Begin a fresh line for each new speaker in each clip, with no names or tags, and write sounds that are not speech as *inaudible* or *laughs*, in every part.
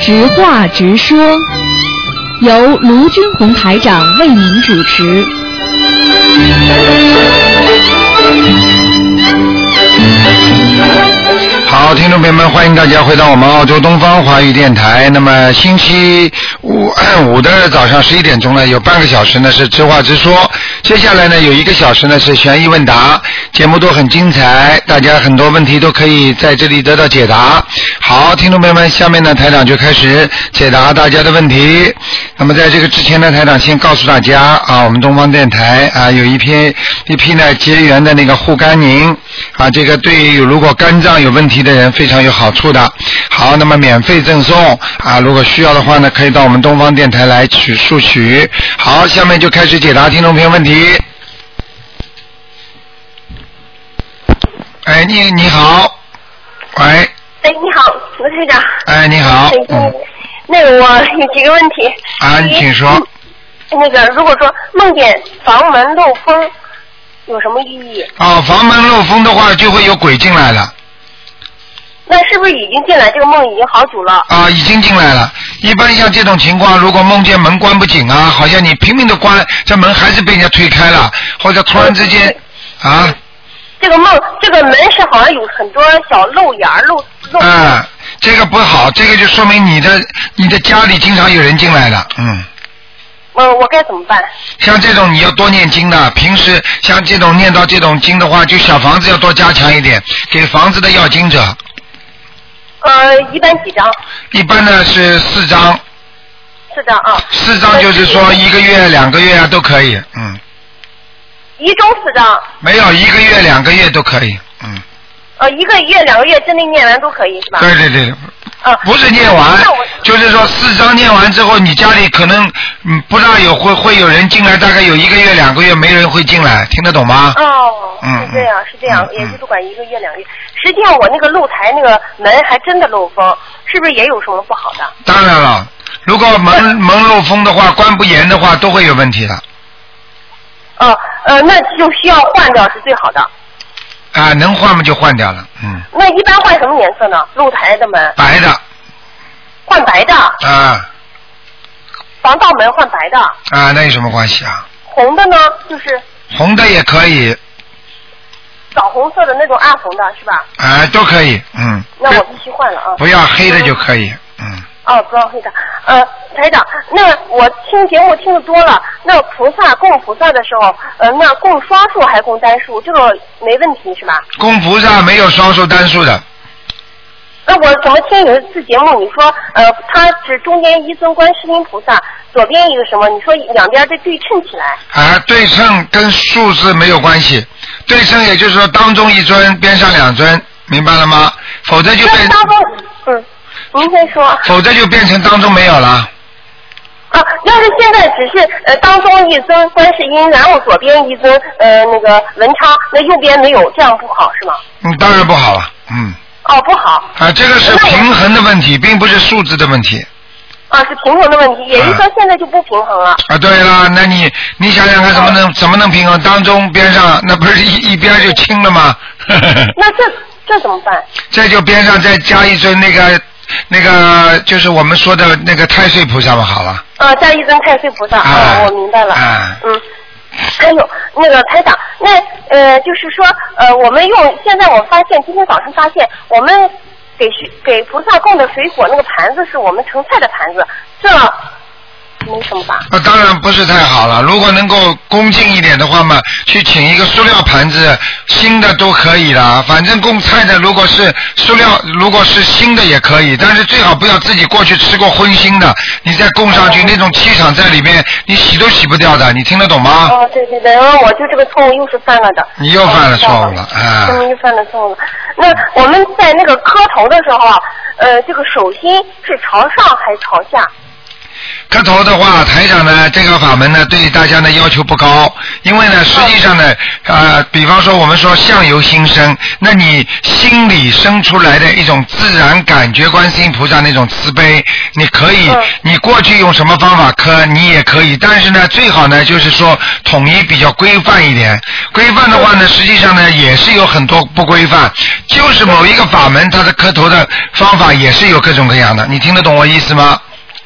直话直说，由卢军红台长为您主持。
好，听众朋友们，欢迎大家回到我们澳洲东方华语电台。那么星期五五的早上十一点钟呢，有半个小时呢是直话直说，接下来呢有一个小时呢是悬疑问答，节目都很精彩，大家很多问题都可以在这里得到解答。好，听众朋友们，下面呢台长就开始解答大家的问题。那么在这个之前呢，台长先告诉大家啊，我们东方电台啊有一批一批呢结缘的那个护肝宁啊，这个对于如果肝脏有问题的人非常有好处的。好，那么免费赠送啊，如果需要的话呢，可以到我们东方电台来取索取。好，下面就开始解答听众朋友问题。哎，你你好，喂，
哎，你好，卢台长。
哎，你好，嗯
哎，那个我有几个问题。嗯
啊，你请说。
那个，如果说梦见房门漏风，有什么意义？
哦，房门漏风的话，就会有鬼进来了。
那是不是已经进来？这个梦已经好久了。
啊，已经进来了。一般像这种情况，如果梦见门关不紧啊，好像你拼命的关，这门还是被人家推开了，或者突然之间啊，
这个梦，这个门是好像有很多小漏眼儿、漏漏。
嗯，这个不好，这个就说明你的你的家里经常有人进来的，嗯。
我我该怎么办？
像这种你要多念经的，平时像这种念到这种经的话，就小房子要多加强一点，给房子的要经者，
呃，一般几张？
一般呢是四张，
四张啊。呃
四张就是说一个月、两个月啊都可以，嗯，
一周四张，
没有一个月、两个月都可以，嗯，
呃，一个月、两个月之内念完都可以是吧？
对对对，
啊。
不是念完
那我，
就是说四张念完之后，你家里可能嗯不大有会会有人进来，大概有一个月、两个月没人会进来，听得懂 *laughs* 吗？
哦，
嗯
是这样，是这样，
嗯
也
嗯
就是管一个月两个月。实际上，我那个露台那个门还真的漏风，是不是也有什么不好的？
当然了，如果门门漏风的话，关不严的话，都会有问题的。
呃呃，那就需要换掉是最好的。
啊，能换嘛就换掉了，嗯，
那一般换什么颜色呢？露台的门
白的
换白的，
啊
防盗门换白的，
啊，那有什么关系啊？
红的呢就是
红的也可以
枣红色的那种暗红的是吧？
啊，都可以，嗯，
那我必须换了啊！
不要黑的就可以，嗯，
哦，不要黑的。呃，台长，那我听节目听的多了，那菩萨供菩萨的时候，呃，那供双数还供单数，这个没问题是吧？
供菩萨没有双数单数的，
那我怎么听有一次节目，你说呃，他是中间一尊观世音菩萨，左边一个什么？你说两边得对称起来。
啊，对称跟数字没有关系，对称也就是说当中一尊，边上两尊，明白了吗？否则就
那
变，
当中，嗯，您先说啊。
否则就变成当中没有了。
要是现在只是呃当中一尊观世音，然后左边一尊呃那个文昌，那右边没有，这样不好是吗？
嗯，当然不好了，嗯，
哦，不好
啊，这个是平衡的问题，并不是数字的问题。
啊，是平衡的问题，也就是说现在就不平衡了。
啊，对了，那你你想想看，怎么能怎么能平衡？当中边上那不是一一边就清了吗？ *laughs*
那这这怎么办？
这就边上再加一尊那个那个，就是我们说的那个太岁菩萨嘛，好了。
啊，加一尊太岁菩萨
哎
啊，我明白了。
哎
嗯，还有那个台长，那呃，就是说呃，我们用现在我发现今天早上发现我们给学给菩萨供的水果那个盘子是我们盛菜的盘子，这没什么吧？
那啊当然不是太好了。如果能够恭敬一点的话嘛，去请一个塑料盘子，新的都可以啦。反正供菜的，如果是塑料，如果是新的也可以，但是最好不要自己过去吃过荤腥的，你再供上去，那种气场在里面，你洗都洗不掉的。你听得懂吗？
哦，对对对，然后我就这个错误又是犯了的。
啊你又犯了错误了
哦
哎
嗯，又犯了错误了。那我们在那个磕头的时候啊，呃，这个手心是朝上还是朝下？
磕头的话，台长呢这个法门呢对大家呢要求不高，因为呢实际上呢，呃，比方说我们说相由心生，那你心里生出来的一种自然感觉，观世音菩萨那种慈悲，你可以
嗯，
你过去用什么方法磕你也可以，但是呢最好呢就是说统一比较规范一点，规范的话呢实际上呢也是有很多不规范，就就是某一个法门，它的磕头的方法也是有各种各样的，你听得懂我意思吗？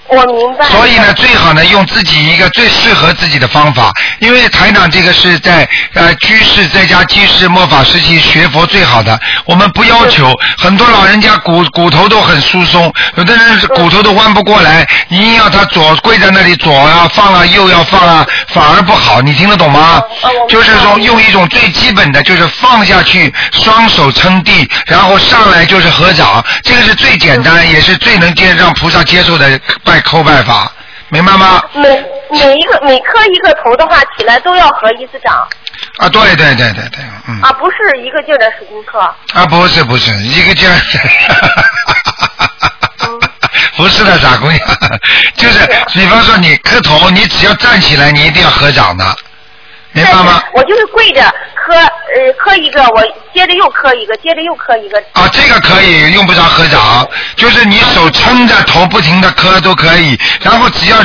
我明白。
所以呢，最好呢用自己一个最适合自己的方法，因为台长这个是在呃居士在家居士末法时期学佛最好的。我们不要求很多老人家骨骨头都很疏松，有的人是骨头都弯不过来，你硬要他左跪在那里左啊放啊右要放啊，反而不好。你听得懂吗
嗯嗯我明？白
就是说用一种最基本的，就是放下去，双手撑地，然后上来就是合掌，这个是最简单，也是最能接让菩萨接受的拜叩拜法，明白吗？
每每一个每磕一个头的话，起来都要合一次掌、
啊，对对对对对，嗯，
啊，不是一个劲儿的使劲磕。
啊，不是不是，一个劲儿。 *laughs* 不是的，傻姑娘， *laughs* 就是比方说你磕头，你只要站起来，你一定要合掌的，明白吗？
我就是跪着磕，呃，磕一个，我接着又磕一个，接着又磕一个。
啊，这个可以，用不着合掌，就是你手撑着头不停的磕都可以，然后只要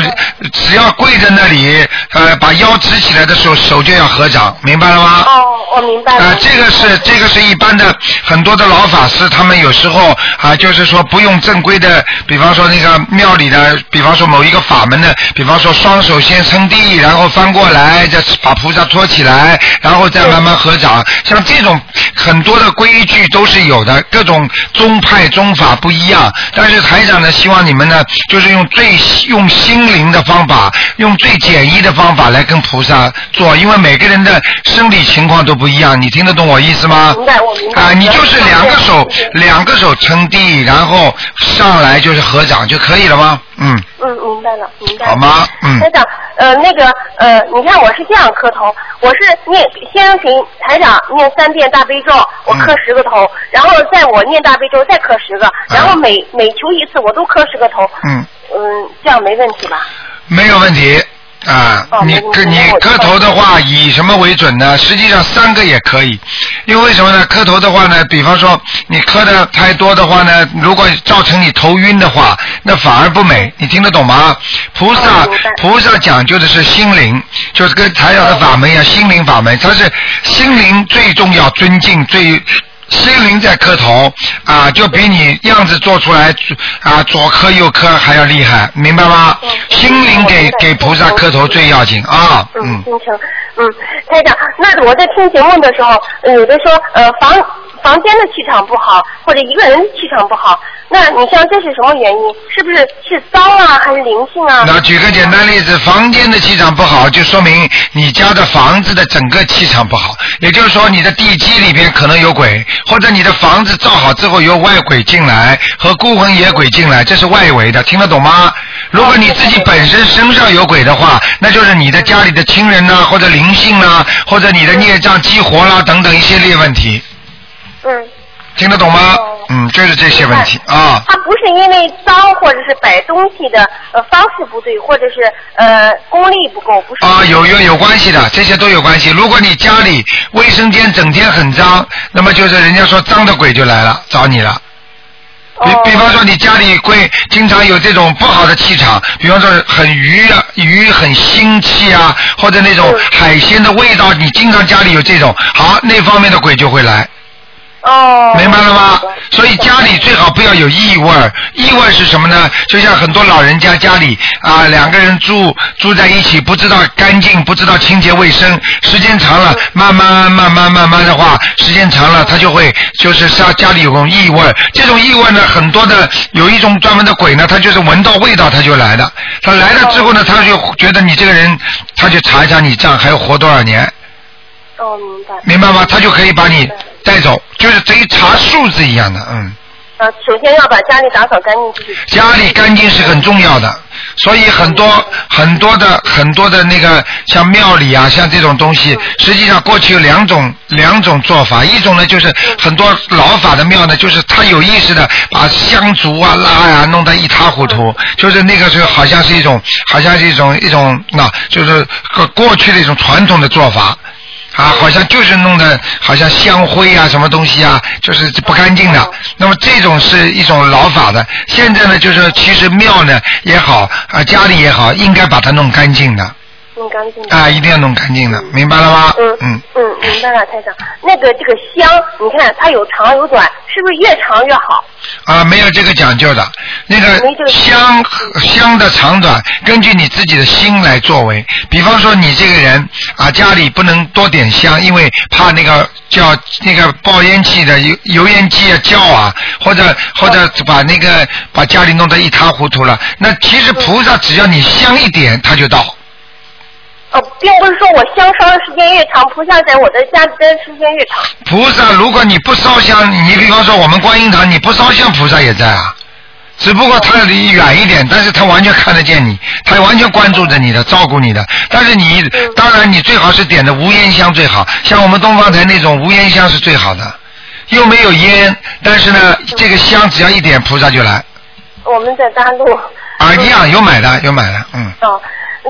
只要跪在那里，呃，把腰直起来的时候，手就要合掌，明白了吗？
哦，我明白了。
啊，这个是这个是一般的，很多的老法师他们有时候啊，就是说不用正规的，比方说那个庙里的，比方说某一个法门的，比方说双手先撑地，然后翻过来，再把菩萨托起来，然后再慢慢合掌。像这种很多的规矩都是有的，各种宗派宗法不一样。但是台长呢，希望你们呢，就是用最用心灵的方法，用最简易的方法来跟菩萨做，因为每个人的生理情况都不一样，你听得懂我意思吗？
明白我明白
啊，你就是两个手
谢谢，
两个手撑地，然后上来就是合掌就可以了吗？嗯，
嗯，明白了，明白了。
好吗？嗯
台，长，呃，那个，呃，你看我是这样磕头，我是念先请台长念三遍大悲咒，我磕
嗯
十个头，然后在我念大悲咒再磕十个，然后
嗯
每、每求一次我都磕十个头，
嗯，
嗯，这样没问题吧？
没有问题。啊
哦，
你
没问题
磕你
那我知
磕
道
头的话，以什么为准呢？实际上三个也可以，因为为什么呢？磕头的话呢，比方说你磕的太多的话呢，如果造成你头晕的话，那反而不美。你听得懂吗？菩萨
嗯哦明白
菩萨讲究的是心灵，就是跟台长的法门一样，心灵法门，它是心灵最重要，尊敬最。心灵在磕头啊，就比你样子做出来啊左磕右磕还要厉害，明白吗？
嗯
心灵给
明白
给菩萨磕头最要紧啊，嗯
嗯，，心情，嗯，台长，那我在听节目的时候，呃有的说，呃，房房间的气场不好，或者一个人的气场不好，那你像这是什么原因？是不是是脏啊，还是灵性啊？
那举个简单例子，房间的气场不好，就说明你家的房子的整个气场不好，也就是说你的地基里边可能有鬼，或者你的房子造好之后有外鬼进来和孤魂野鬼进来，这是外围的，听得懂吗？如果你自己本身身上有鬼的话，那就是你的家里的亲人呐、或者灵性呐、或者你的孽障激活啦、等等一系列问题，
嗯。
听得懂吗
哦？
嗯，就是这些问题啊。
他不是因为脏或者是摆东西的呃方式不对，或者是呃功力不够，不是
啊，有有有关系的，这些都有关系。如果你家里卫生间整天很脏，那么就是人家说脏的鬼就来了，找你了。比
哦
比方说你家里会经常有这种不好的气场，比方说很鱼啊鱼很腥气啊，或者那种
嗯
海鲜的味道，你经常家里有这种，好那方面的鬼就会来，
哦，
明白了吗？所以家里最好不要有异味儿。异味儿是什么呢？就像很多老人家家里啊，两个人住住在一起，不知道干净，不知道清洁卫生，时间长了，慢慢慢慢慢慢的话，时间长了，他就会就是家家里有种异味儿。这种异味呢，很多的有一种专门的鬼呢，他就是闻到味道他就来的。他来了之后呢，他就觉得你这个人，他就查一查你账还要活多少年。
哦，明白。
明白吗？他就可以把你带走，就是等于查数字一样的，嗯。
呃，首先要把家里打扫干净，就是
家里干净是很重要的，所以很多很多的很多的那个像庙里啊，像这种东西，实际上过去有两种两种做法，一种呢就是很多老法的庙呢，就是他有意识的把香烛啊、蜡呀、弄得一塌糊涂，就是那个是好像是一种好像是一种一种那、就是过过去的一种传统的做法。啊，好像就是弄的，好像香灰啊，什么东西啊，就是不干净的
哦。
那么这种是一种老法的。现在呢，就是其实庙呢也好啊，家里也好，应该把它弄干净的。
弄干净的。
啊，一定要弄干净的，明白了吗？
嗯
嗯，
嗯，明白了，台长。那个这个香，你看它有长有短，是不是越长越好？
啊，没有这个讲究的。那个
没这个
香香的长短，根据你自己的心来作为。比方说，你这个人啊，家里不能多点香，因为怕那个叫那个爆烟气的油油烟机啊叫啊，或
哦
者或者把那个把家里弄得一塌糊涂了。那其实菩萨只要你香一点，他就到。
哦，并不是说我香烧的时间越长，菩萨在我的家里待的时间越长。
菩萨，如果你不烧香，你比方说我们观音堂，你不烧香，菩萨也在啊。只不过他离远一点，但是他完全看得见你，他完全关注着你的，照顾你的。但是你，当然你最好是点的无烟香最好，像我们东方台那种无烟香是最好的，又没有烟，但是呢，这个香只要一点，菩萨就来。
我们在大陆。
啊，一样有买的，有买的，嗯。
哦，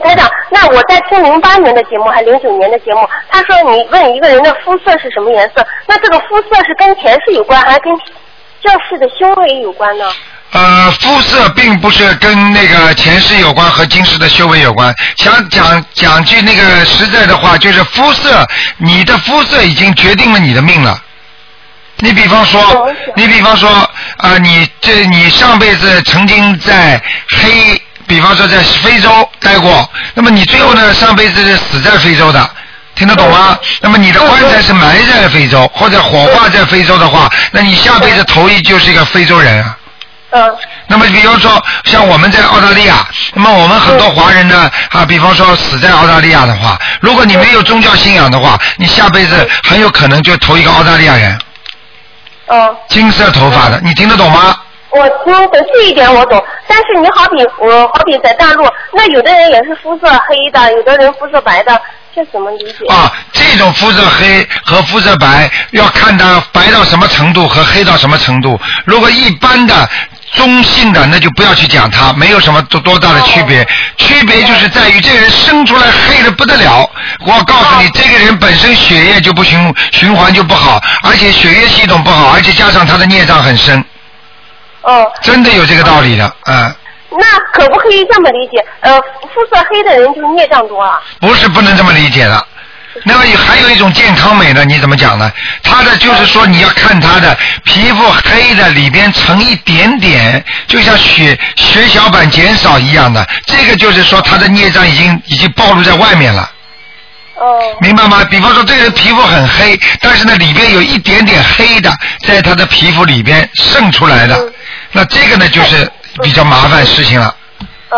台长，那我在听零八年的节目，还零九年的节目，他说你问一个人的肤色是什么颜色，那这个肤色是跟前世有关，还是跟教室的修为有关呢？
呃，肤色并不是跟那个前世有关和今世的修为有关。想讲讲句那个实在的话，就是肤色，你的肤色已经决定了你的命了。你比方说
了解，
你比方说，啊、你这你上辈子曾经在黑，比方说在非洲待过，那么你最后呢，上辈子是死在非洲的。听得懂吗？那么你的棺材是埋在非洲，或者火化在非洲的话，那你下辈子头一就是一个非洲人啊。
嗯
那么，比方说，像我们在澳大利亚，那么我们很多华人呢，啊，比方说死在澳大利亚的话，如果你没有宗教信仰的话，你下辈子很有可能就投一个澳大利亚人，
嗯。
金色头发的，你听得懂吗？
我听的这一点我懂，但是你好比我好比在大陆，那有的人也是肤色黑的，有的人肤色白的，这怎么理解？
啊，这种肤色黑和肤色白，要看它白到什么程度和黑到什么程度。如果一般的中性的，那就不要去讲它，没有什么多多大的区别。区别就是在于这个人生出来黑的不得了。我告诉你，
哦
这个人本身血液就不循循环就不好，而且血液系统不好，而且加上他的孽障很深，
哦，
真的有这个道理的，嗯。
那可不可以这么理解？呃，肤色黑的人就是孽障多啊？
不是不能这么理解的。那么还有一种健康美呢，你怎么讲呢？它的就是说你要看它的皮肤黑的里边呈一点点，就像血血小板减少一样的，这个就是说它的孽障已经已经暴露在外面了，
哦
明白吗？比方说这个人皮肤很黑，但是呢里边有一点点黑的在他的皮肤里边渗出来的
嗯，
那这个呢就是比较麻烦事情了。
呃，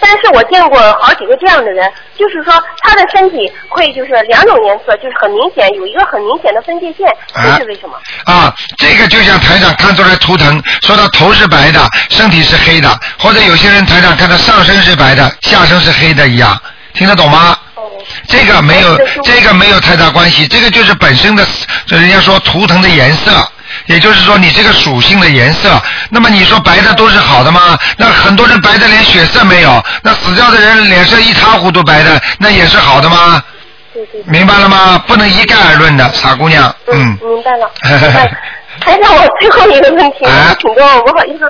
但是我见过好几个这样的人，就是说他的身体会就是两种颜色，就是很明显有一个很明显的分界线，这
啊
是为什么？
啊，这个就像台长看出来图腾，说他头是白的，身体是黑的，或者有些人台长看他上身是白的，下身是黑的一样，听得懂吗？
哦，
这个没有
这是，
这个没有太大关系，这个就是本身的，就人家说图腾的颜色，也就是说你这个属性的颜色。那么你说白的都是好的吗？那很多人白的连血色没有，那死掉的人脸色一塌糊涂白的，那也是好的吗？
对对对，
明白了吗？不能一概而论的，傻姑娘，嗯。
明白
*laughs*
了。哎还想我最后一个问题，
啊
挺多，我不好意思。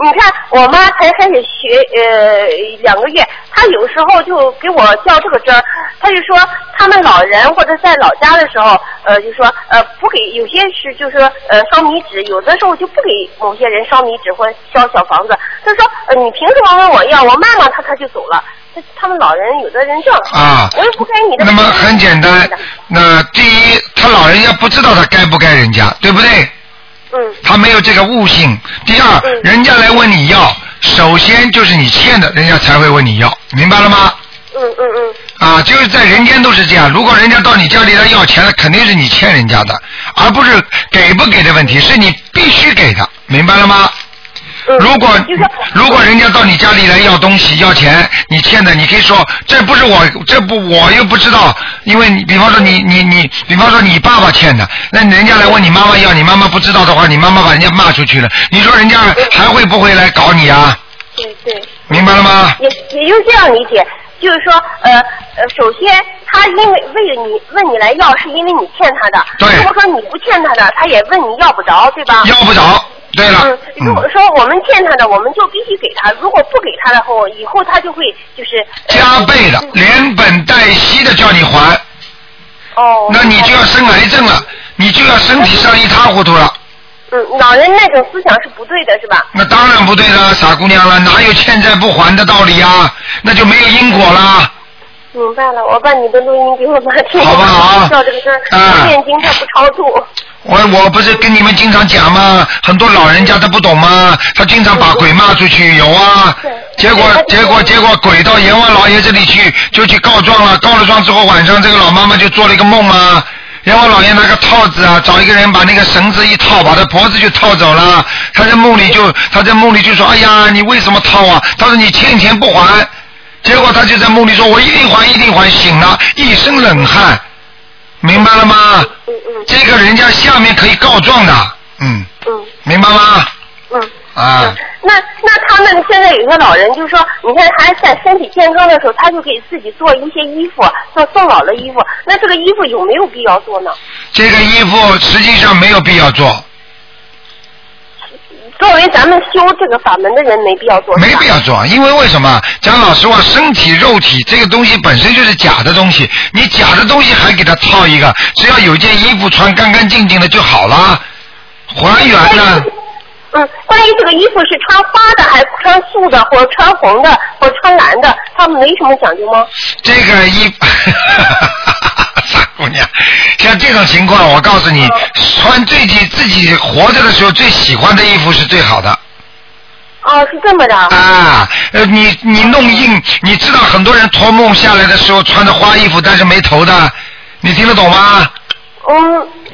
你看，我妈才开始学呃两个月，她有时候就给我较这个真儿，她就说他们老人或者在老家的时候，呃，就说呃不给有些是就是说呃烧米纸，有的时候就不给某些人烧米纸或者烧小房子。她说呃你凭什么问我要？我骂骂他他就走了。他他们老人有的人这样，
啊
我又不给你的。
那么很简单，那第一，他老人家不知道他该不该人家，对不对？
嗯
他没有这个悟性。第二，
嗯
人家来问你要，首先就是你欠的，人家才会问你要，明白了吗？
嗯嗯嗯，
啊，就是在人间都是这样。如果人家到你家里来要钱了，肯定是你欠人家的，而不是给不给的问题，是你必须给的，明白了吗？
嗯
如果
就是说
如果人家到你家里来要东西要钱，你欠的，你可以说这不是我，这不我又不知道，因为你比方说你你你，比方说你爸爸欠的，那人家来问你妈妈要，你妈妈不知道的话，你妈妈把人家骂出去了，你说人家还会不会来搞你啊？
对对。
明白了吗？
也也就这样理解，就是说，呃呃，首先他因为为了你问你来要，是因为你欠他的。
对
如果说你不欠他的，他也问你要不着，对吧？
要不着，对了
嗯，，如果
嗯，
说我们欠他的，我们就必须给他；如果不给他的话，以后他就会就是呃
加倍的，连本带息的叫你还，
哦，
那你就要生癌症了，你就要身体上一塌糊涂了。
嗯，老人那种思想是不对的，是吧？
那当然不对了，傻姑娘了，哪有欠债不还的道理啊？那就没有因果啦。
明白了，我把你的录音给我妈听，
好不好
照这个事儿，
啊
念经他不超度。
我我不是跟你们经常讲吗？很多老人家他不懂吗？他经常把鬼骂出去，有啊。结果结果结果鬼到阎王老爷这里去，就去告状了。告了状之后，晚上这个老妈妈就做了一个梦啊。阎王老爷拿个套子啊，找一个人把那个绳子一套，把他脖子就套走了。他在梦里就他在梦里就说：“哎呀，你为什么套啊？”他说：“你欠钱不还。”结果他就在梦里说：“我一定还，一定还。”醒了，一身冷汗，明白了吗？
嗯嗯
这个人家下面可以告状的，嗯，
嗯
明白吗？
嗯。
啊，
那那他们现在有些老人就是说，你看还在身体健康的时候，他就给自己做一些衣服，做送老的衣服。那这个衣服有没有必要做呢？
这个衣服实际上没有必要做，
作为咱们修这个法门的人，没必要做。
没必
要。
要做，啊因为为什么？讲老实话，身体肉体这个东西本身就是假的东西，你假的东西还给它套一个，只要有件衣服穿干干净净的就好了，还原呢？
嗯，关于这个衣服是穿花的，还是穿素的，或者穿红的，或者穿蓝的，他们没什么讲究吗？
这个衣， *laughs* 傻姑娘，像这种情况，我告诉你，穿自己自己活着的时候最喜欢的衣服是最好的。
哦，是这么的。
啊，呃，你你弄硬，你知道很多人托梦下来的时候穿着花衣服，但是没头的，你听得懂吗？
嗯，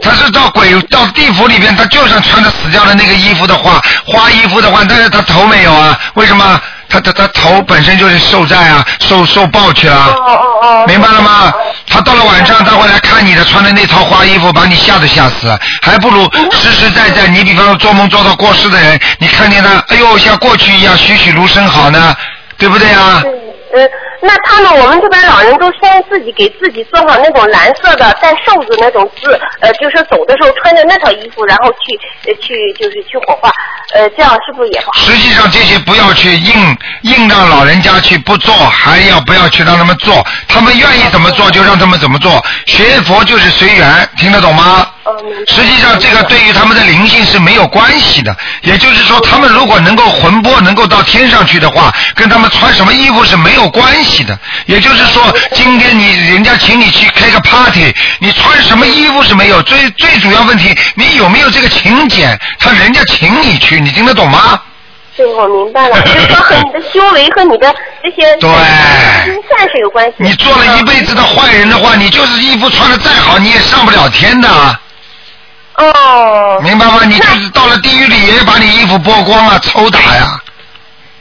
他是到鬼到地府里边，他就算穿着死掉的那个衣服的话，花衣服的话，但是他头没有啊？为什么？他他他头本身就是受债啊，受受报去了、
哦哦哦。
明白了吗？他到了晚上，他会来看你的，穿的那套花衣服，把你吓都吓死，还不如实实在在。你比方说做梦做到过世的人，你看见他，哎呦，像过去一样栩栩如生好呢，对不对啊？
嗯，呃，那他们我们这边老人都先自己给自己做好那种蓝色的带寿字那种字，呃，就是走的时候穿着那套衣服，然后去呃去就是去火化，呃，这样是不是也不好？
实际上这些不要去硬硬让老人家去不做，还要不要去让他们做，他们愿意怎么做就让他们怎么做。学佛就是随缘，听得懂吗？
嗯，明白
实际上，这个对于他们的灵性是没有关系的。也就是说，他们如果能够魂魄能够到天上去的话，跟他们穿什么衣服是没有关系的。也就是说，今天你人家请你去开个 party，你穿什么衣服是没有，最最主要问题，你有没有这个请柬？他人家请你去，你听得懂吗？
对，我明白了，就是说和你的修为和你的这些
对
心善是有关系的。
你做了一辈子的坏人的话，你就是衣服穿的再好，你也上不了天的，啊
哦
明白吗？你就是到了地狱里，也把你衣服剥光了，抽打呀。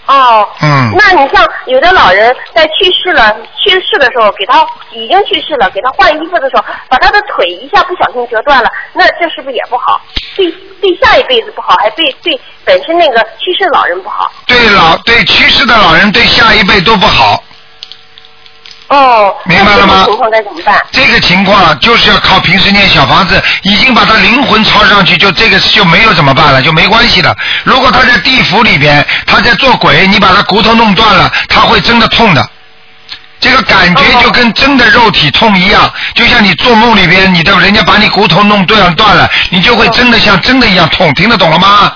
哦。
嗯
那你像有的老人在去世了，去世的时候给他已经去世了，给他换衣服的时候，把他的腿一下不小心折断了，那这是不是也不好？对对下一辈子不好，还对对本身那个去世老人不好。
对老对去世的老人对下一辈都不好。
哦，
明白了吗
那这种情况该怎么办？
这个情况就是要靠平时念小房子，已经把他灵魂抄上去，就这个就没有怎么办了，就没关系了。如果他在地府里边，他在做鬼，你把他骨头弄断了，他会真的痛的。这个感觉就跟真的肉体痛一样，就像你做梦里边，你的人家把你骨头弄断断了，你就会真的像真的一样痛，听得懂了吗？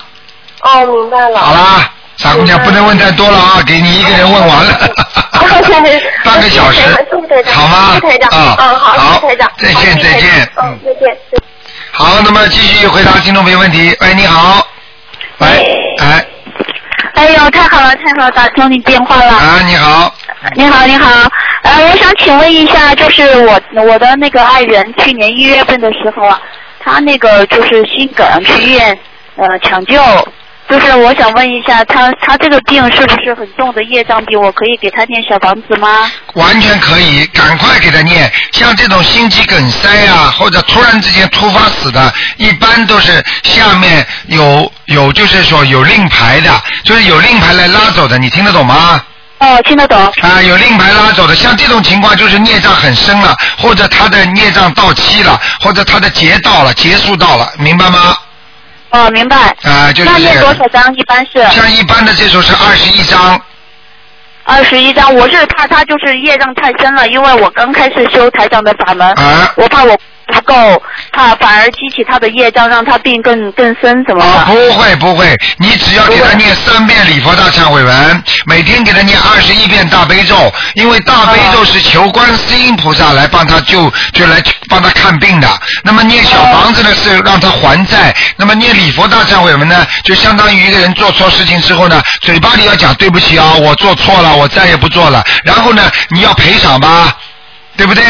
哦，明白了。，
好啦，傻姑娘不能问太多了啊，给你一个人问完了半个小时
谢谢台，
好
长
吗
谢谢台？长，
啊，
嗯，好，谢谢台长，
再见
好谢谢
再
台长
见，
嗯
嗯，，
再见。再见
好，那么继续回答听众朋友问题。喂，你好，喂，哎，
哎呦，太好了，太好了，打通你电话了。
啊，你好，
你好，你好，呃，我想请问一下，就是我我的那个爱人，去年一月份的时候啊，他那个就是心梗去医院呃抢救，就是我想问一下，他他这个病是不是很重的业障病？我可以给他念小房子吗？
完全可以，赶快给他念。像这种心肌梗塞啊，或者突然之间突发死的，一般都是下面有有就是说有令牌的，就是有令牌来拉走的，你听得懂吗？
哦，听得懂。
啊，有令牌拉走的，像这种情况就是孽障很深了，或者他的孽障到期了，或者他的劫到了，结束到了，明白吗？
哦，明白。
啊、就是
那
这
念多少
个。
张？一般是
像一般的这种是二十一章，
二十一张。我是怕他就是业障太深了，因为我刚开始修台长的法门，
啊
我怕我不够，怕反而激起他的业障，让他病更更深什么
啊，
的。
不会不会，你只要给他念三遍礼佛大忏悔文，每天给他念二十一遍大悲咒，因为大悲咒是求观世音菩萨来帮他救，就来帮他看病的。那么念小房子呢是让他还债，那么念礼佛大忏悔文呢，就相当于一个人做错事情之后呢，嘴巴里要讲对不起啊，我做错了，我再也不做了。然后呢，你要赔偿吧，对不对？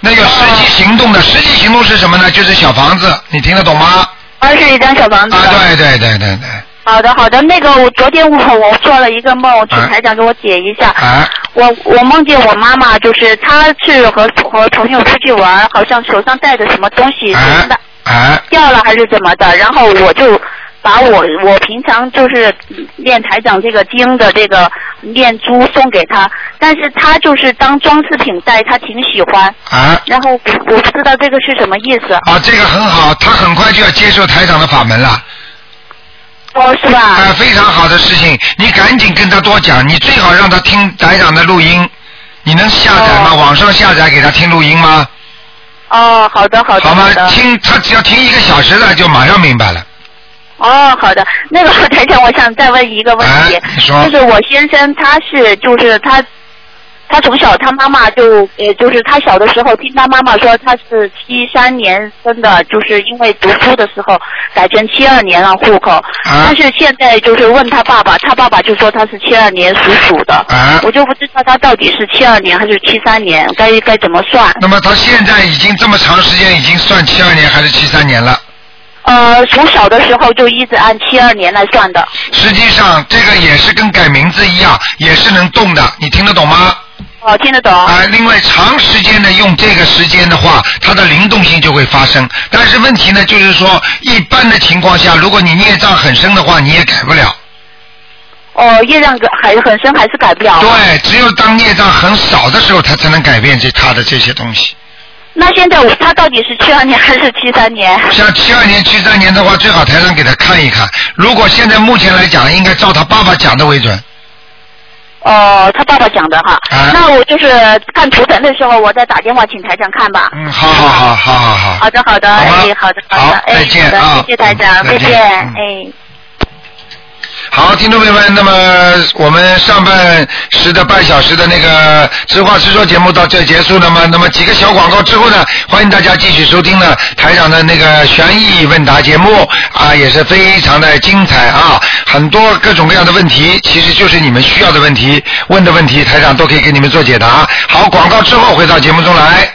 那有实际行动的，实际行动是什么呢？就是小房子，你听得懂吗？
二十一张小房子。
啊，对对对对对，
好的，好的。那个，我昨天我我做了一个梦，请台长给我解一下。
啊
我我梦见我妈妈，就是她去和和朋友出去玩，好像手上戴着什么东西什么
啊
的
啊
掉了还是怎么的，然后我就把我我平常就是念台长这个经的这个念珠送给她，但是她就是当装饰品戴，她挺喜欢。
啊！
然后我我不知道这个是什么意思，
啊，这个很好，他很快就要接受台长的法门了，
啊哦，是
啊、
吧？
非常好的事情，你赶紧跟他多讲，你最好让他听台长的录音，你能下载吗？
哦
网上下载给他听录音吗？
哦，好的，好的，
好吗
好的？。
听他只要听一个小时了，就马上明白了。
哦，好的。那个 *laughs* 台长，我想再问一个问题，
哎你说
就是我先生他是就是他，他从小他妈妈就呃就是他小的时候听他妈妈说他是七三年生的，就是因为读书的时候改成七二年了户口，
啊
但是现在就是问他爸爸，他爸爸就说他是七二年属鼠的，
啊
我就不知道他到底是七二年还是七三年，该该怎么算？
那么他现在已经这么长时间，已经算七二年还是七三年了？
呃，从小的时候就一直按七二年来算的。
实际上这个也是跟改名字一样，也是能动的，你听得懂吗？
哦，听得懂。
啊，另外长时间的用这个时间的话，它的灵动性就会发生。但是问题呢，就是说一般的情况下，如果你孽障很深的话，你也改不了。
哦，业障还很深，还是改不了。。
对，只有当孽障很少的时候，它才能改变这它的这些东西。
那现在我他到底是七二年还是七三年？
像七二年、七三年的话，最好台上给他看一看。如果现在目前来讲，应该照他爸爸讲的为准。
哦，他爸爸讲的哈。
啊
那我就是看图腾的时候，我再打电话请台长看吧。
嗯，好好好好好好。
好的，好的，
好吧
哎，好的，
好
的，哎，
再见
好的
啊
谢谢台长，
再
再
见
见，
嗯
哎。
好，听众朋友们，那么我们上半时的半小时的那个直话直说节目到这结束了吗？那么几个小广告之后呢，欢迎大家继续收听呢台长的那个悬疑问答节目啊，也是非常的精彩啊，很多各种各样的问题，其实就是你们需要的问题，问的问题，台长都可以给你们做解答。好，广告之后回到节目中来。